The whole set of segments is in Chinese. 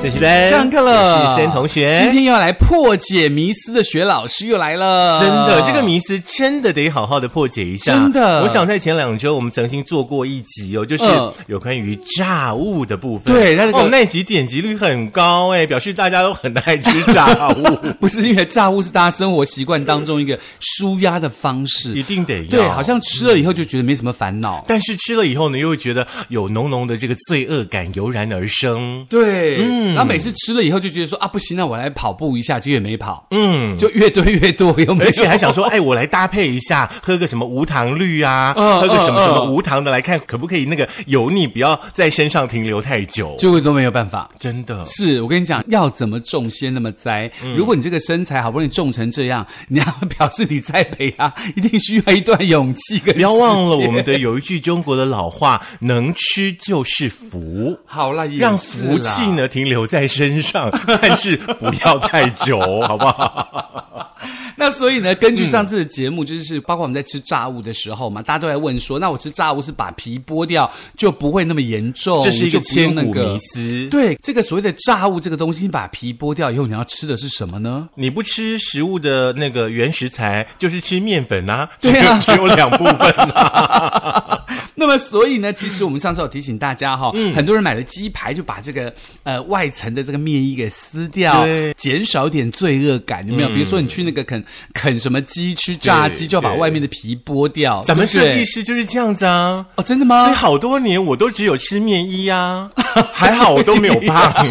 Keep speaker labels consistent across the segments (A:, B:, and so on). A: 谢谢嘞，
B: 上课
A: 我
B: 了，
A: 是森同学。
B: 今天要来破解迷思的学老师又来了，
A: 真的，啊这个迷思真的得好好的破解一下。
B: 真的
A: 我想在前两周我们曾经做过一集哦，就是
B: 嗯
A: 有关于炸物的部分。
B: 对那个
A: 哦，那集点击率很高哎，表示大家都很爱吃炸 物，
B: 不是因为炸物是大家生活习惯当中一个舒压的方式，
A: 一定得要。
B: 对，好。像吃了以后就觉得没什么烦恼。
A: 但是吃了以后呢，又会觉得有浓浓的这个罪恶感油然而生。
B: 对，然后每次吃了以后就觉得说啊，不行，那我来跑步一下，结果也没跑，
A: 嗯，
B: 就越堆越多，有没有？
A: 而且还想说，哎，我来搭配一下，喝个什么无糖绿啊，
B: 嗯
A: 喝个什么
B: 嗯
A: 什么
B: 嗯
A: 无糖的，来看可不可以那个油腻不要在身上停留太久。
B: 结果都没有办法。
A: 真 的，
B: 是我跟你讲，要怎么种先那么栽。如果你这个身材好不容易种成这样，你要表示你栽培啊，一定需要一段勇气跟
A: 不要忘了
B: 时间
A: 我们的有一句中国的老话：“能吃就是福。”
B: 好啦，也是啦
A: 让福气呢停留在身上，但是不要太 久，好不好？
B: 那所以呢，根据上次的节目，就是包括我们在吃炸物的时候嘛，大家都在问说，那我吃炸物是把皮剥掉就不会那么严重，
A: 这是一个
B: 哦就不用
A: 千
B: 那
A: 古
B: 个
A: 迷思。
B: 对，这个所谓的炸物这个东西，你把皮剥掉以后，你要吃的是什么呢？
A: 你不吃食物的那个原食材，就是吃面粉啊，只
B: 对
A: 有
B: 啊
A: 只有两部分啊
B: 那么，所以呢，其实我们上次有提醒大家哈、
A: 嗯
B: 很多人买了鸡排就把这个呃外层的这个面衣给撕掉
A: 对，嗯
B: 减少一点罪恶感，有没有？比如说你去那个啃啃什么鸡，吃炸鸡
A: 对
B: 就要把
A: 对
B: 外面的皮剥掉，
A: 咱们
B: 对不对
A: 设计师就是这样子啊。
B: 哦，真的
A: 所以
B: 吗？
A: 好多年我都只有吃面衣啊，还好我都没有 胖，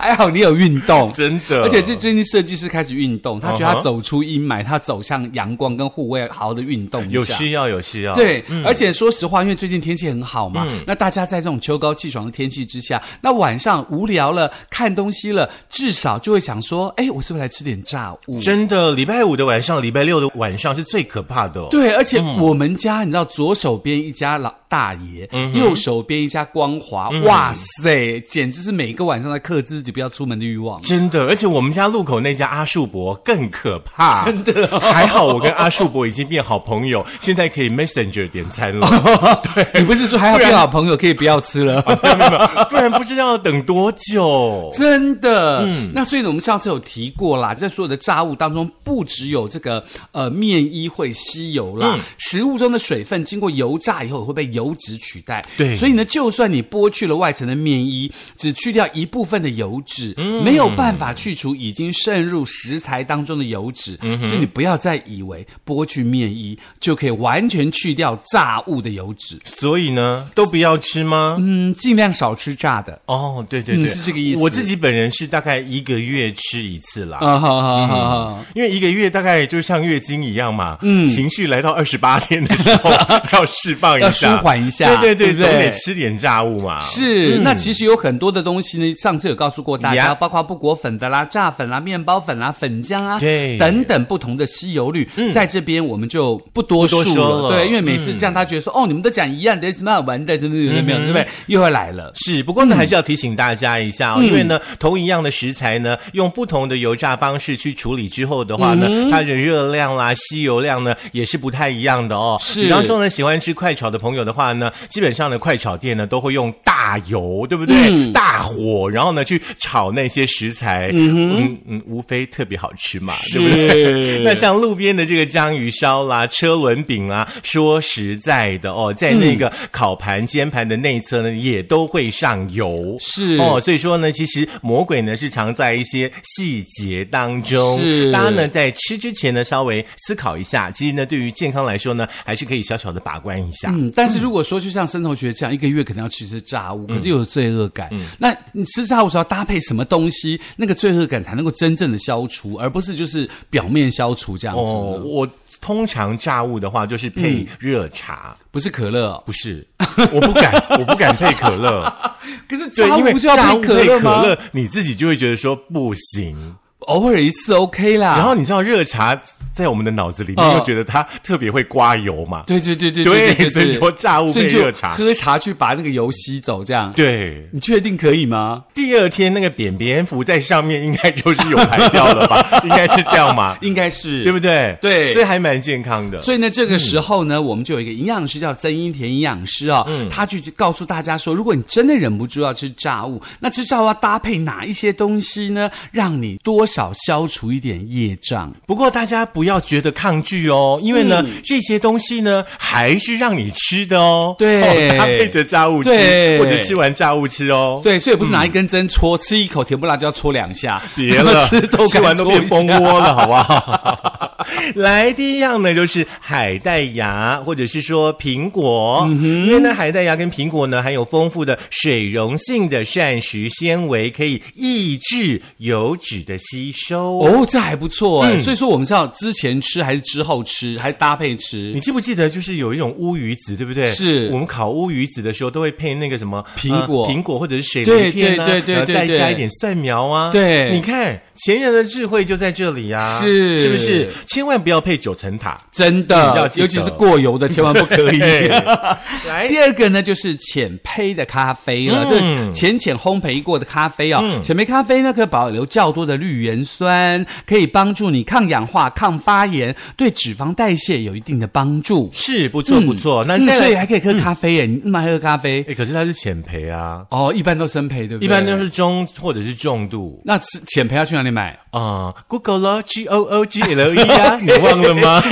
B: 还好哎你有运动，
A: 真的。
B: 而且这最近设计师开始运动，他觉得
A: 嗯
B: 他
A: 哼
B: 走出阴霾，他走向阳光跟户外，好好的运动一下。
A: 有需要，有需要。
B: 对，而且说实话，因为最近天气很好嘛，
A: 嗯
B: 那大家在这种秋高气爽的天气之下，那晚上无聊了，看东西了，至少就会想说，哎，我是不是来吃点炸物？
A: 真的，礼拜五的晚上，礼拜六的晚上是最可怕的、哦。
B: 对，而且我们家、你知道，左手边一家老大爷，
A: 嗯
B: 右手边一家光华，哇塞，简直是每个晚上在克制自己不要出门的欲望。
A: 真的，而且我们家路口那家阿树伯更可怕，真的、
B: 哦
A: 还好我跟阿树伯已经变好朋友，现在可以 Messenger 点餐了，
B: 你不是说还要变好朋友可以不要吃了？
A: 没有没有没有不然不知道要等多久。
B: 真的，
A: 嗯
B: 那所以呢，我们上次有提过啦，在所有的炸物当中，不只有这个呃面衣会吸油啦，
A: 嗯
B: 食物中的水分经过油炸以后会被油脂取代。
A: 对
B: 所以呢，就算你剥去了外层的面衣，只去掉一部分的油脂，
A: 嗯
B: 没有办法去除已经渗入食材当中的油脂，
A: 嗯
B: 所以你不要再以为剥去面衣就可以完全去掉炸物的油脂。
A: 所以呢，都不要吃吗？
B: 嗯，尽量少吃炸的。
A: 哦，对对对，
B: 嗯是这个意思
A: 我自己本人是大概一个月吃一次啦。
B: 啊，好好好好。
A: 因为一个月大概就是像月经一样嘛，嗯，情绪来到二十八天的时 候要释放一下，
B: 要舒缓一下
A: 对对
B: 对不
A: 对，
B: 对
A: 总得吃点炸物嘛。嗯
B: 是，那其实有很多的东西呢，上次有告诉过大家，
A: 呀
B: 包括不裹粉的啦、炸粉啦、面包粉啦、粉浆啊，
A: 对嗯
B: 等等不同的吸油率，在这边我们就不
A: 不
B: 多
A: 多
B: 说
A: 说了嗯
B: 对，因为每次这样，他觉得说，哦，你们都讲一样的，什么好玩的，什么有的没有，对不对？又会来了。
A: 是，不过呢，还是要提醒大家一下哦，因为呢，同一样的食材呢，用不同的油炸方式去处理之后的话呢，它的热量啦、吸油量呢，也是不太一样的哦。
B: 是
A: 比方说呢，喜欢吃快炒的朋友的话呢，基本上呢，快炒店呢都会用大油，对不对？大火，然后呢去炒那些食材，嗯嗯无非特别好吃嘛，对不 对？那像路边的这个章鱼烧啦、车轮饼啦，说实在的哦，在那个烤盘、煎盘的内侧呢，也都会上油。
B: 是
A: 哦，所以说呢，其实魔鬼呢是藏在一些细节当中。
B: 是
A: 大家呢在吃之前呢，稍微思考一下。其实呢，对于健康来说呢，还是可以小小的把关一下。
B: 嗯，但是如果说就像申同学这样，一个月可能要吃一次炸
A: 嗯
B: 物，可是又有罪恶感。那你吃炸物时候要搭配什么东西，那个罪恶感才能够真正的消除，而不是就是表面消除这样子呢，
A: 哦，我通常炸物的话就是配热茶，
B: 不是可乐哦、
A: 不是，我不敢，我不敢配可乐。
B: 可是
A: 对，
B: 炸
A: 因
B: 物
A: 为
B: 不是要
A: 炸物
B: 配可
A: 配
B: 乐
A: 可
B: 吗？
A: 乐，你自己就会觉得说不行。啊
B: 偶尔一次 OK 啦。
A: 然后你知道热茶在我们的脑子里面
B: 嗯
A: 又觉得它特别会刮油嘛，
B: 对对对对
A: 对
B: 对
A: 所以说炸物
B: 所以
A: 配
B: 就
A: 热茶
B: 喝茶去把那个油吸走，这样。
A: 对。
B: 你确定可以吗？
A: 第二天那个扁扁浮在上面，应该就是有排掉了 吧？应该是这样嘛，
B: 应该是
A: 对不对？
B: 对
A: 所以还蛮健康的。
B: 所以呢，这个时候呢，我们就有一个营养师叫曾英田营养师哦，
A: 嗯
B: 他就告诉大家说，如果你真的忍不住要吃炸物，那吃炸物要啊搭配哪一些东西呢？让你多少消除一点业障。
A: 不过大家不要觉得抗拒哦，因为呢，这些东西呢还是让你吃的哦。
B: 对
A: 哦搭配着炸物吃，
B: 对
A: 或者吃完炸物吃哦。
B: 对，所以不是拿一根针戳，吃一口甜不辣椒戳两下，
A: 别了，
B: 吃豆干
A: 吃完都
B: 戳一
A: 变蜂
B: 下
A: 窝了，好不好？ 来，第一样呢就是海带芽，或者是说苹果，因为呢海带芽跟苹果呢含有丰富的水溶性的膳食纤维，可以抑制油脂的吸收。
B: 哦，这还不错
A: 嗯
B: 哎、所以说我们是要之前吃还是之后吃，还是搭配吃
A: 你？记不记得，就是有一种乌鱼子，对不对？
B: 是
A: 我们烤乌鱼子的时候都会配那个什么
B: 苹
A: 呃
B: 果
A: 苹果或者是水梨片啊，
B: 对对对
A: 然后
B: 对
A: 再
B: 对
A: 加一点蒜苗啊。
B: 对
A: 你看前人的智慧就在这里啊，
B: 是
A: 是不是？千万不要配九层塔。
B: 真
A: 嗯要
B: 的，
A: 记得
B: 尤其是过油的，千万不 可以。
A: 对来，
B: 第二个呢，就是浅焙的咖啡了，
A: 嗯
B: 这是浅浅烘焙过的咖啡哦。浅焙咖啡呢，可以保留较多的绿原酸，可以帮助你抗氧化、抗发炎，对脂肪代谢有一定的帮助。
A: 是不错不错。那
B: 嗯
A: 再
B: 所以
A: 来，
B: 还可以喝咖啡耶，你那么爱喝咖啡？
A: 哎，可是它是浅培啊，
B: 哦，一般都生培，对不对？
A: 一般都。是中或者是重度
B: 那吃浅培要去哪里买？
A: 啊。Google 咯，G O O G L E 啊，你忘了吗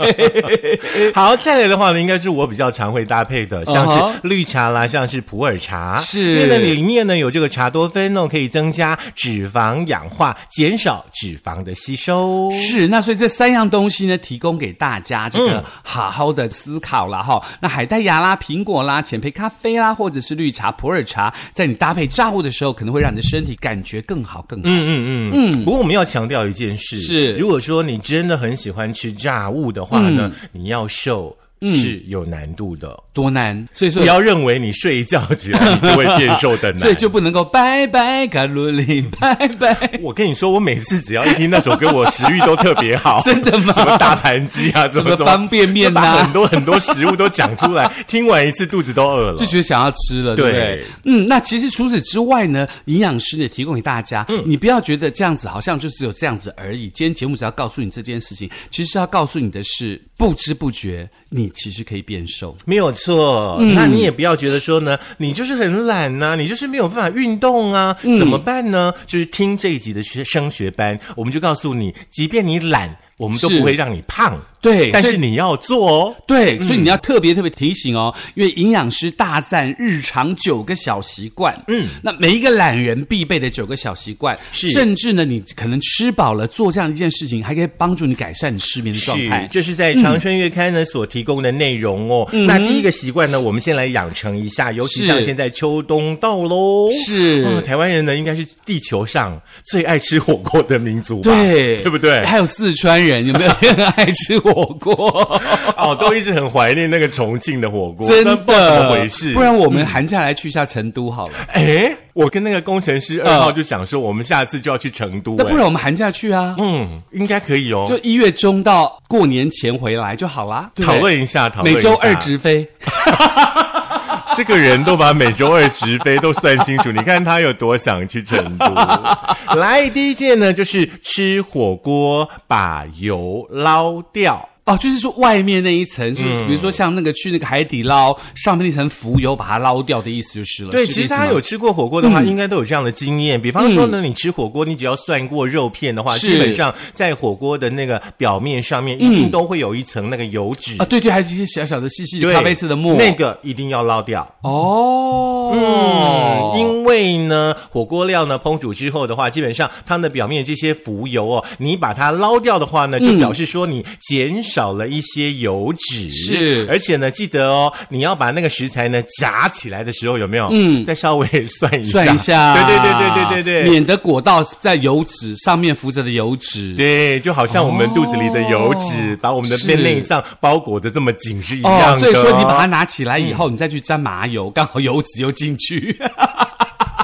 A: ？OK，好， 再来的话呢，应该是我比较常会搭配的，像
B: 嗯
A: 是
B: 哼
A: 绿茶啦，像是普洱茶，
B: 是
A: 因为呢里面呢有这个茶多酚哦，可以增加脂肪氧化，减少脂肪的吸收。
B: 是，那所以这三样东西呢，提供给大家这
A: 嗯
B: 个好好的思考啦哈、那海带芽啦、苹果啦、浅焙咖啡啦，或者是绿茶、普洱茶，在你搭配炸物的时候，可能会让你的身体感觉更好更好。
A: 嗯嗯嗯。不过我们要强调一件事，
B: 是
A: 如果说你真的很喜欢吃炸物的话呢，
B: 嗯
A: 你要瘦是有难度的。
B: 多难，所以说
A: 不。要认为你睡一觉起来你就会变瘦 的难。
B: 所以就不能够拜拜卡路里，拜拜。
A: 我跟你说，我每次只要一听那首歌，我食欲都特别好。
B: 真的吗
A: 什么大盘鸡啊，怎么
B: 什么方便面啊
A: 就把很多很多食物都讲出来， 听完一次肚子都饿了
B: 就。觉得想要吃了，对不对
A: 对？
B: 嗯，那其实除此之外呢，营养师也提供给大家，
A: 嗯
B: 你不要觉得这样子好像就只有这样子而已。今天节目只要告诉你这件事情，其实要告诉你的是，不知不觉你其实可以变瘦。
A: 没有错，
B: 嗯
A: 那你也不要觉得说呢，你就是很懒呐、你就是没有办法运动啊，
B: 嗯
A: 怎么办呢？就是听这一集的学升学班，我们就告诉你，即便你懒，我们都
B: 是
A: 不会让你胖。
B: 对
A: 但
B: 所
A: 是
B: 以
A: 你要做哦。
B: 对，所以你要特别特别提醒哦，因为营养师大赞日常九个小习惯，嗯，那每一个懒人必备的九个小习惯，
A: 是
B: 甚至呢，你可能吃饱了做这样一件事情，还可以帮助你改善你失眠的状态嗯
A: 是，。这是在《长春月刊呢》所提供的内容哦。那第一个习惯呢，我们先来养成一下，尤其
B: 是
A: 像现在秋冬到喽，
B: 是
A: 哦台湾人呢，应该是地球上最爱吃火锅的民族吧？
B: 对，
A: 对不对？
B: 还有四川人有没 有很爱吃火锅？
A: 哦，都一直很怀念那个重庆的火锅，
B: 真
A: 但
B: 的，
A: 不知道怎么回事？嗯
B: 不然我们寒假来去一下成都好了。
A: 哎，我跟那个工程师二号就想说，我们下次就要去成都，
B: 嗯那不
A: 哎
B: 然我们寒假去啊，
A: 嗯，应该可以哦。
B: 就一月中到过年前回来就好啦。对不
A: 讨
B: 对
A: 论一下，讨论
B: 每
A: 一下
B: 周二直飞，
A: 这个人都把每周二直飞都算清楚，你看他有多想去成 都。来，第一件呢就是吃火锅把油捞掉。
B: 哦，就是说外面那一层，就是
A: 嗯
B: 比如说像那个去那个海底捞上面那层浮油，把它捞掉的意思就是了。
A: 对，
B: 是
A: 其实
B: 这意思
A: 大家
B: 吗
A: 有吃过火锅的话，应该都有这样的经验。比方说呢，你吃火锅，你只要涮过肉片的话，
B: 是
A: 基本上在火锅的那个表面上面，一定都会有一层那个油脂
B: 啊，。对对，还有一些小小的细细的
A: 对
B: 咖啡色的沫，
A: 那个一定要捞掉。
B: 哦，
A: 嗯，因为呢，火锅料呢烹煮之后的话，基本上它们的表面这些浮油哦，你把它捞掉的话呢，
B: 嗯
A: 就表示说你减少了一些油脂。
B: 是
A: 而且呢，记得哦，你要把那个食材呢夹起来的时候，有没有？嗯，再稍微算一下，
B: 算一下，
A: 对对对对对对对。
B: 免得裹到在油脂上面浮着的油脂。
A: 对，就好像我们肚子里的油脂、把我们的
B: 哦是
A: 内内脏包裹的这么紧是一
B: 哦
A: 样的、
B: 哦，所以说你把它拿起来以后，你再去沾麻油，刚好油脂又进去。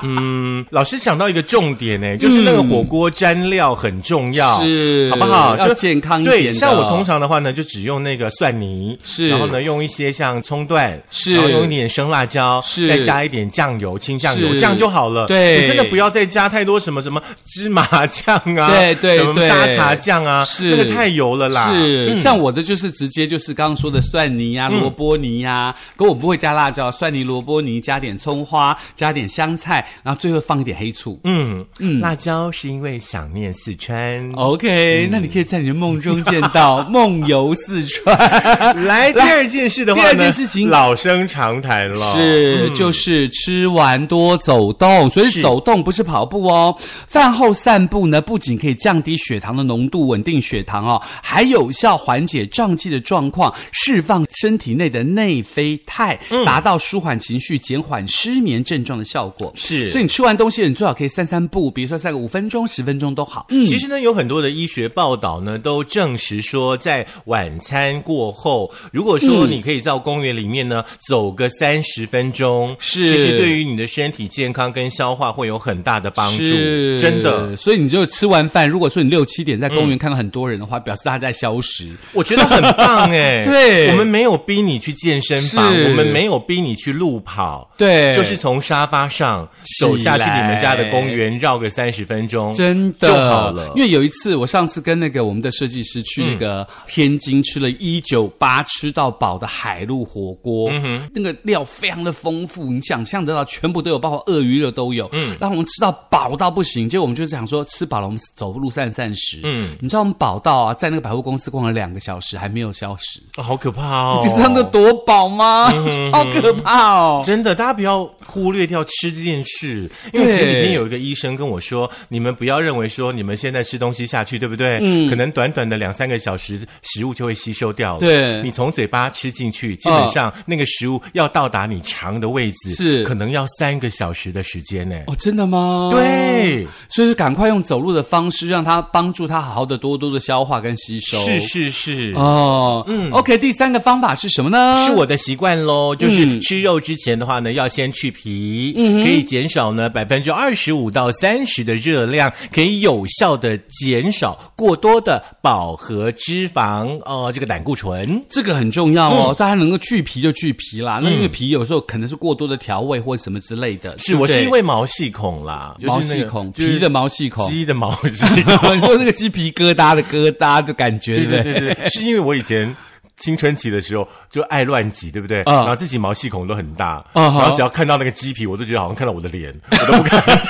A: 嗯，老师讲到一个重点呢，就是那个火锅蘸料很重要，
B: 嗯是
A: 好不好？
B: 要健康一点
A: 对，
B: 的
A: 像我通常的话呢，就只用那个蒜泥，
B: 是
A: 然后呢用一些像葱段，
B: 是
A: 然后用一点生辣椒，
B: 是
A: 再加一点酱油、清酱油，
B: 是
A: 这样就好了。
B: 对
A: 你真的不要再加太多什么什么芝麻酱啊，
B: 对对
A: 什么
B: 对
A: 沙茶酱啊，
B: 是
A: 那个太油了啦。嗯
B: 是，像我的就是直接就是刚刚说的蒜泥呀、萝卜泥呀，可我不会加辣椒，蒜泥、萝卜泥加点葱花，加点香菜，然后最后放一点黑醋。
A: 嗯嗯，辣椒是因为想念四川。
B: 哦
A: 嗯
B: OK，那你可以在你的梦中见到梦游四川。
A: 来，第二件事的话呢，
B: 第二件事情
A: 老生常谈了，嗯
B: 是，就是吃完多走动，所以
A: 是
B: 走动不是跑步哦。饭后散步呢，不仅可以降低血糖的浓度，稳定血糖哦，还有效缓解胀气的状况，释放身体内的内啡肽，
A: 嗯
B: 达到舒缓情绪、减缓失眠症状的效果。
A: 是
B: 所以你吃完东西，你最好可以散散步，比如说散个五分钟、十分钟都好。嗯，
A: 其实呢，有很多的医学报道呢，都证实说，在晚餐过后，如果
B: 嗯
A: 说你可以到公园里面呢、走个三十分钟，
B: 是
A: 其实对于你的身体健康跟消化会有很大的帮助，
B: 是
A: 真的。嗯
B: 所以你就吃完饭，如果说你六七点在公园看到很多人的话，表示大家在消食。，
A: 我觉得很棒哎
B: 对
A: 我们没有逼你去健身房，
B: 是
A: 我们没有逼你去路跑，
B: 对
A: 就是从沙发上
B: 起
A: 走下去
B: 来
A: 你们家的公园，绕个三十分钟，
B: 真的
A: 就好了。嗯
B: 因为有一次，我上次跟那个我们的设计师去那个天津吃了一九八吃到饱的海陆火锅，
A: 嗯
B: 那个料非常的丰富，你想象得到，全部都有，包括鳄鱼肉都有，嗯，让我们吃到饱到不行。结果我们就想说，吃饱了我们走路散散食，嗯，你知道我们饱到啊，在那个百货公司逛了两个小时还没有消食，
A: 哦好可怕哦！嗯
B: 你知道那多饱吗？好可怕哦！
A: 真的，大家不要忽略掉吃这件事，因为
B: 对
A: 前几天有一个医生跟我说，你们不要认为说你们现在吃东西下去，对不对？嗯，可能短短的两三个小时，食物就会吸收掉了。
B: 对
A: 你从嘴巴吃进去，基本上那个食物要到达你肠的位置，
B: 哦是
A: 可能要三个小时的时间呢。
B: 哦，真的吗？
A: 对，
B: 所以就赶快用走路的方式，让它帮助它好好的多多的消化跟吸收。
A: 是是是。
B: 哦，嗯，OK，第三个方法是什么呢？
A: 是我的习惯喽，
B: 嗯
A: 就是吃肉之前的话呢，要先去皮，可以减少呢百分之二十五到三十的热量，可以有效的减少过多的饱和脂肪哦、这个胆固醇。
B: 这个很重要
A: 嗯
B: 哦，大家能够去皮就去皮啦。那因为皮有时候可能是过多的调味或什么之类的。
A: 是
B: 对不
A: 我
B: 对
A: 是因为毛细孔啦，就是
B: 毛
A: 那
B: 细
A: 个
B: 孔，
A: 就是
B: 皮的毛细孔。
A: 鸡的毛细孔，
B: 你说那个鸡皮疙瘩的疙瘩的感 觉，对
A: 对对
B: 不对？
A: 对对，对 是因为我以前。青春期的时候就爱乱挤，对不对？
B: 啊
A: 然后自己毛细孔都很大，
B: 啊哈哎
A: 然后只要看到那个鸡皮，我都觉得好像看到我的 脸，我都不敢挤，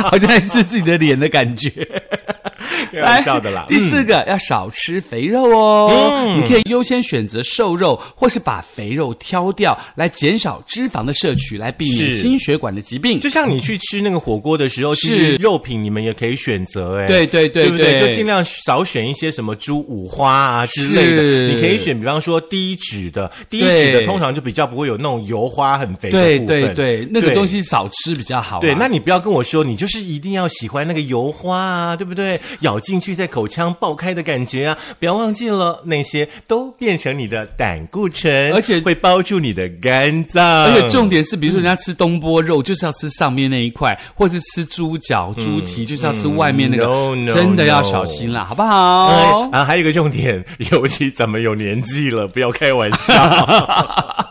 B: 好像是自己的脸的感觉。
A: 开玩笑的啦。
B: 哎
A: 嗯
B: 第四个、要少吃肥肉哦，你可以优先选择瘦肉，或是把肥肉挑掉，来减少脂肪的摄取，来避免
A: 是
B: 心血管的疾病。
A: 就像你去吃那个火锅的时候，其
B: 哦是
A: 实肉品你们也可以选择，哎，
B: 对对对
A: 对不对？
B: 对
A: 就尽量少选一些什么猪五花啊之类
B: 是
A: 的，你可以选，比方说低脂的，低脂的
B: 对
A: 通常就比较不会有那种油花很肥的
B: 对
A: 部分，
B: 对对，那个东。西少吃比较好啊、
A: 对，那你不要跟我说，你就是一定要喜欢那个油花啊，对不对？咬进去在口腔爆开的感觉啊！不要忘记了，那些都变成你的胆固醇，
B: 而且
A: 会包住你的肝脏，
B: 而且重点是，比如说人家吃东坡肉，就是要吃上面那一块，或者吃猪脚、猪蹄，就是要吃外面那个，
A: 嗯，no，no，
B: 真的要
A: no
B: 小心啦，好不好
A: 哎？啊，还有一个重点，尤其咱们有年纪了，不要开玩笑。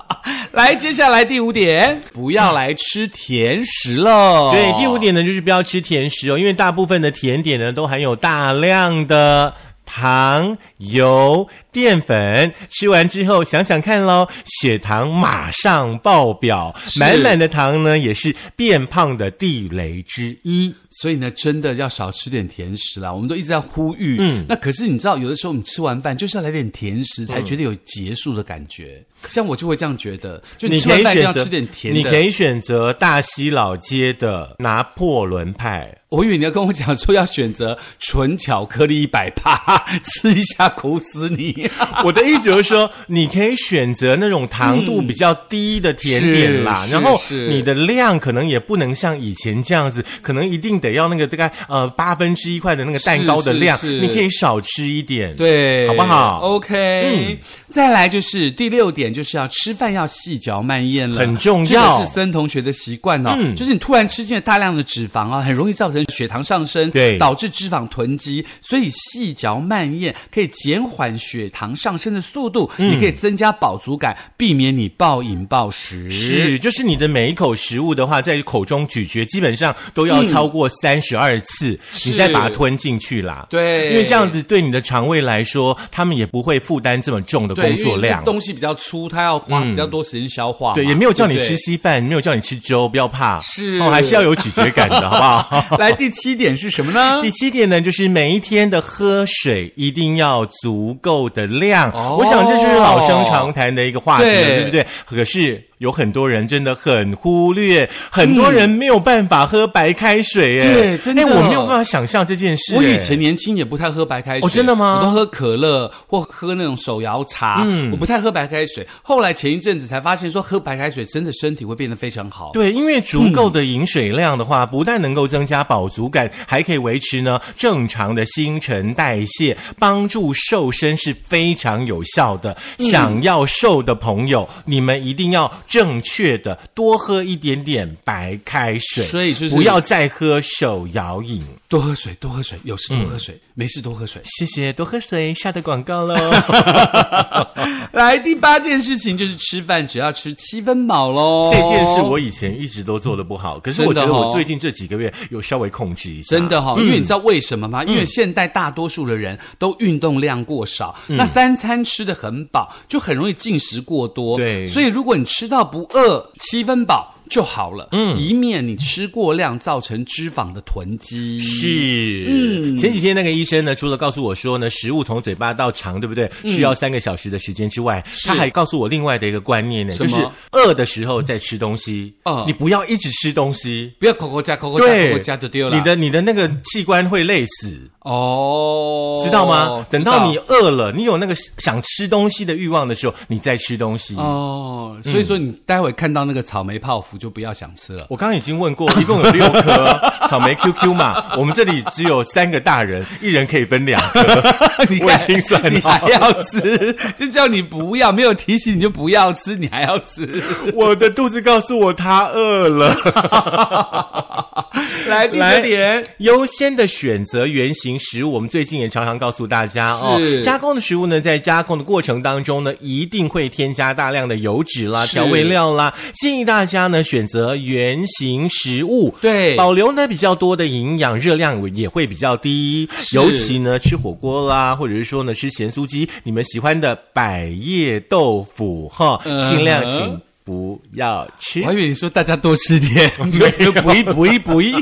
B: 来，接下来第五点，不要来吃甜食了。
A: 对，第五点呢，就是不要吃甜食哦，因为大部分的甜点呢都含有大量的。糖、油、淀粉，吃完之后想想看喽，血糖马上爆表，满满的糖呢也是变胖的地雷之一。
B: 所以呢，真的要少吃点甜食啦。我们都一直在呼吁，
A: 嗯
B: 那可是你知道，有的时候你吃完饭就是要来点甜食，才觉得有结束的感觉。像我就会这样觉得，就你吃
A: 可
B: 完
A: 以
B: 饭一定要
A: 选择
B: 吃点甜的。
A: 你可，以选择大溪老街的拿破仑派。
B: 我以为你要跟我讲说要选择纯巧克力一百帕，吃一下苦死你。
A: 我的意思就是说，你可以选择那种糖度比较低的甜点啦，
B: 嗯是是
A: 然后
B: 是
A: 你的量可能也不能像以前这样子，可能一定得要那个大概呃八分之一块的那个蛋糕的量，
B: 是是是
A: 你可以少吃一点，，
B: 对，
A: 好不好嗯
B: ？OK，、再来就是第六点，就是要吃饭要细嚼慢咽了，
A: 很重要嗯
B: 这个是森同学的习惯哦，就是你突然吃进了大量的脂肪啊，很容易造成血糖上升，
A: 对
B: 导致脂肪囤积，所以细嚼慢咽可以减缓血糖上升的速度，
A: 嗯
B: 也可以增加饱足感，避免你暴饮暴食。
A: 是，就是你的每一口食物的话，在口中咀嚼，基本上都要超过三十二次，你
B: 嗯是
A: 再把它吞进去啦。
B: 对
A: 因为这样子对你的肠胃来说，他们也不会负担这么重的
B: 对，
A: 工作
B: 因为
A: 量。嗯
B: 东西比较粗，它要花比较多时间消化嘛、
A: 对，也没有叫你
B: 对不
A: 吃
B: 对
A: 稀饭，没有叫你吃粥，不要怕，
B: 是
A: 哦，还是要有咀嚼感的，好不好？
B: 来，第七点是什么 呢？
A: 第七点呢，就是每一天的喝水一定要足够的量。
B: 哦
A: 我想这就是老生常谈的一个话题了，
B: 对
A: 对不对？可是有很多人真的很忽略，很多人没有办法喝白开水、哎、
B: 嗯对真的
A: 哎我没有办法想象这件事、
B: 我以
A: 哎
B: 前年轻也不太喝白开水，
A: 哦真的吗嗯
B: 我都喝可乐或喝那种手摇茶，我不太喝白开水。后来前一阵子才发现，说喝白开水真的身体会变得非常好。
A: 对，因为足够的饮水量的话，不但能够增加饱足感，还可以维持呢正常的新陈代谢，帮助瘦身是非常有效的。想要瘦的朋友，你们一定要正确的多喝一点点白开水，
B: 所以就是
A: 不要再喝手摇饮。
B: 多喝水，多喝水，有事
A: 嗯
B: 多喝水，没事多喝水。
A: 谢谢多喝水下的广告喽。
B: 来，第八件事情就是吃饭，只要吃七分饱喽。
A: 这件事我以前一直都做的不好，可是我觉
B: 真
A: 得
B: 的哦
A: 我最近这几个月有稍微控制一下。
B: 真的哈、因为你知道为什么
A: 嗯
B: 吗？因为现代大多数的人都运动量过少，
A: 嗯
B: 那三餐吃的很饱，就很容易进食过多。
A: 对
B: 所以如果你吃到不饿，七分饱。就好了，嗯，以免你吃过量造成脂肪的囤积。
A: 是，嗯前几天那个医生呢，除了告诉我说呢，食物从嘴巴到肠，对不对？
B: 嗯
A: 需要三个小时的时间之外，他还告诉我另外的一个观念呢，
B: 什
A: 就
B: 么
A: 是饿的时候再吃东西
B: 啊，
A: 你不要一直吃东西。
B: 不要口口加口口加口
A: 对
B: 口加就丢，了。
A: 你的你的那个器官会累死，
B: 哦，
A: 知道吗？等到你
B: 知道
A: 饿了，你有那个想吃东西的欲望的时候，你再吃东西。
B: 哦，
A: 嗯
B: 所以说你待会看到那个草莓泡芙就不要想吃了。
A: 我刚刚已经问过， 一共有六颗草莓 QQ 嘛，我们这里只有三个大人，一人可以分两颗，
B: 你
A: 我已经算
B: 你
A: 好
B: 还要吃，就叫你不要，没有提醒你就不要吃，你还要吃。
A: 我的肚子告诉我它饿了。
B: 来第
A: 来
B: 九点，
A: 优先的选择原型食物，我们最近也常常告诉大家哦
B: 是。
A: 加工的食物呢，在加工的过程当中呢，一定会添加大量的油脂啦、
B: 是
A: 调味料啦。建议大家呢选择原型食物，
B: 对
A: 保留呢比较多的营养，热量也会比较低。
B: 是
A: 尤其呢吃火锅啦，或者是说呢吃咸酥鸡，你们喜欢的百叶豆腐哈，
B: 嗯
A: 尽量请不要吃
B: 我。还以为你说大家多吃点， 就不一不一不一。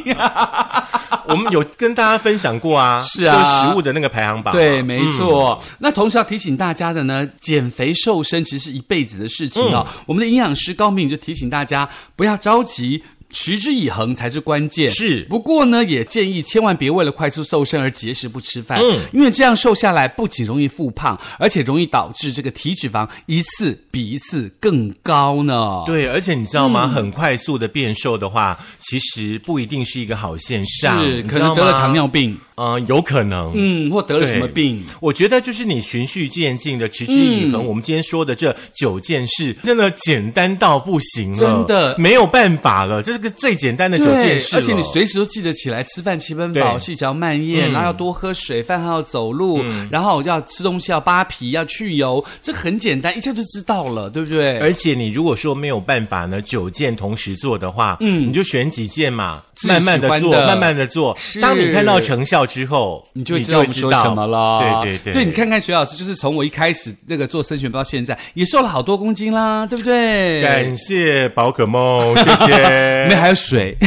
A: 我们有跟大家分享过啊，
B: 是啊
A: 就是食物的那个排行榜、 啊
B: 对，，没错。那同时要提醒大家的呢，减肥瘦身其实是一辈子的事情哦。
A: 嗯
B: 我们的营养师高敏就提醒大家，不要着急。持之以恒才是关键。
A: 是
B: 不过呢，也建议千万别为了快速瘦身而节食不吃饭，嗯，因为这样瘦下来不仅容易复胖，而且容易导致这个体脂肪一次比一次更高呢。
A: 对，而且你知道
B: 嗯
A: 吗？很快速的变瘦的话，其实不一定是一个好现象，
B: 是
A: 你
B: 可
A: 知道
B: 能得了
A: 吗
B: 糖，尿病，
A: 嗯、有可能，
B: 嗯，或得了
A: 对
B: 什么病。嗯
A: 我觉得就是你循序渐进的，持之以恒。我们今天说的这九件事，真的简单到不行了，
B: 真的
A: 没有办法了，这是个最简单的九
B: 对，
A: 件事
B: 而且你
A: 了
B: 随时都记得起来，吃饭七分饱，
A: 对嗯
B: 细嚼慢咽，然后要多喝水，饭后要走路，然后要吃东西要扒皮，要去油，这很简单，一下就知道了，对不对？
A: 而且你如果说没有办法呢，九件同时做的话，嗯，你就选几件嘛，
B: 自己
A: 慢慢的
B: 喜欢
A: 做，
B: 的
A: 慢慢的做。
B: 是
A: 当你看到成效之后，
B: 你就会知道我们说什么了。
A: 对对对，
B: 对你看看徐老师，就是从我一开始那个做生选到现在，也瘦了好多公斤啦，对不对？
A: 感谢宝可 梦，谢谢。
B: 没有还 有水，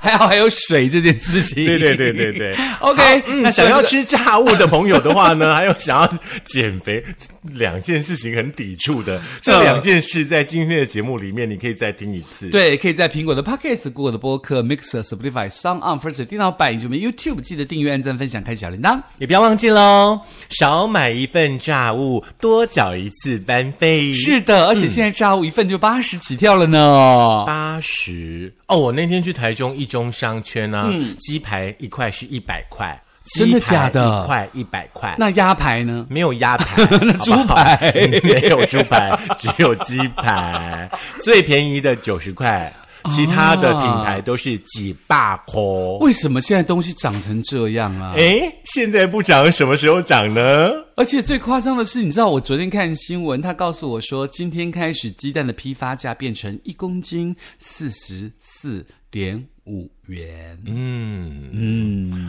B: 还好还有水这件事情。
A: 对对对对嗯对。
B: OK，、
A: 那
B: 那
A: 想要
B: 吃。
A: 吃炸物的朋友的话呢，还有想要减肥，两件事情很抵触
B: 嗯
A: 的。这两件事在今天的节目里面，你可以再听一次。
B: 对，可以在苹果的 Podcast、Google 的播客、 Mixer、Spotify、Sound On、First 电脑版以及我们 YouTube，记得订阅、按赞、分享、开小铃铛。
A: 也不要忘记喽，少买一份炸物，多缴一次班费。
B: 是的，而且现在炸物一份就八十起跳了呢。
A: 八十哦，我那天去台中一中商圈呢、鸡排一块是一百块，
B: 嗯真的假的
A: 鸡排一块一百块，
B: 那鸭排呢？
A: 没有鸭排， 好不好
B: 猪排
A: 没有猪排，只有鸡排，最便宜的九十块，其他的品牌都是几把口。
B: 啊为什么现在东西长成这样啊？
A: 哎，现在不涨，什么时候涨呢？
B: 而且最夸张的是，你知道我昨天看新闻，他告诉我说，今天开始鸡蛋的批发价变成一公斤四十四点五元。
A: 嗯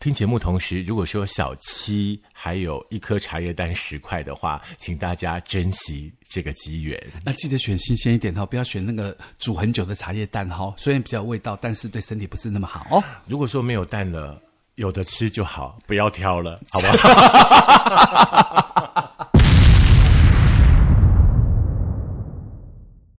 A: 听节目同时，如果说小七还有一颗茶叶蛋十块的话，请大家珍惜这个机缘。
B: 那记得选新鲜一点哈，不要选那个煮很久的茶叶蛋哈，虽然比较有味道，但是对身体不是那么好哦。
A: 如果说没有蛋了，有的吃就好，不要挑了，好不好？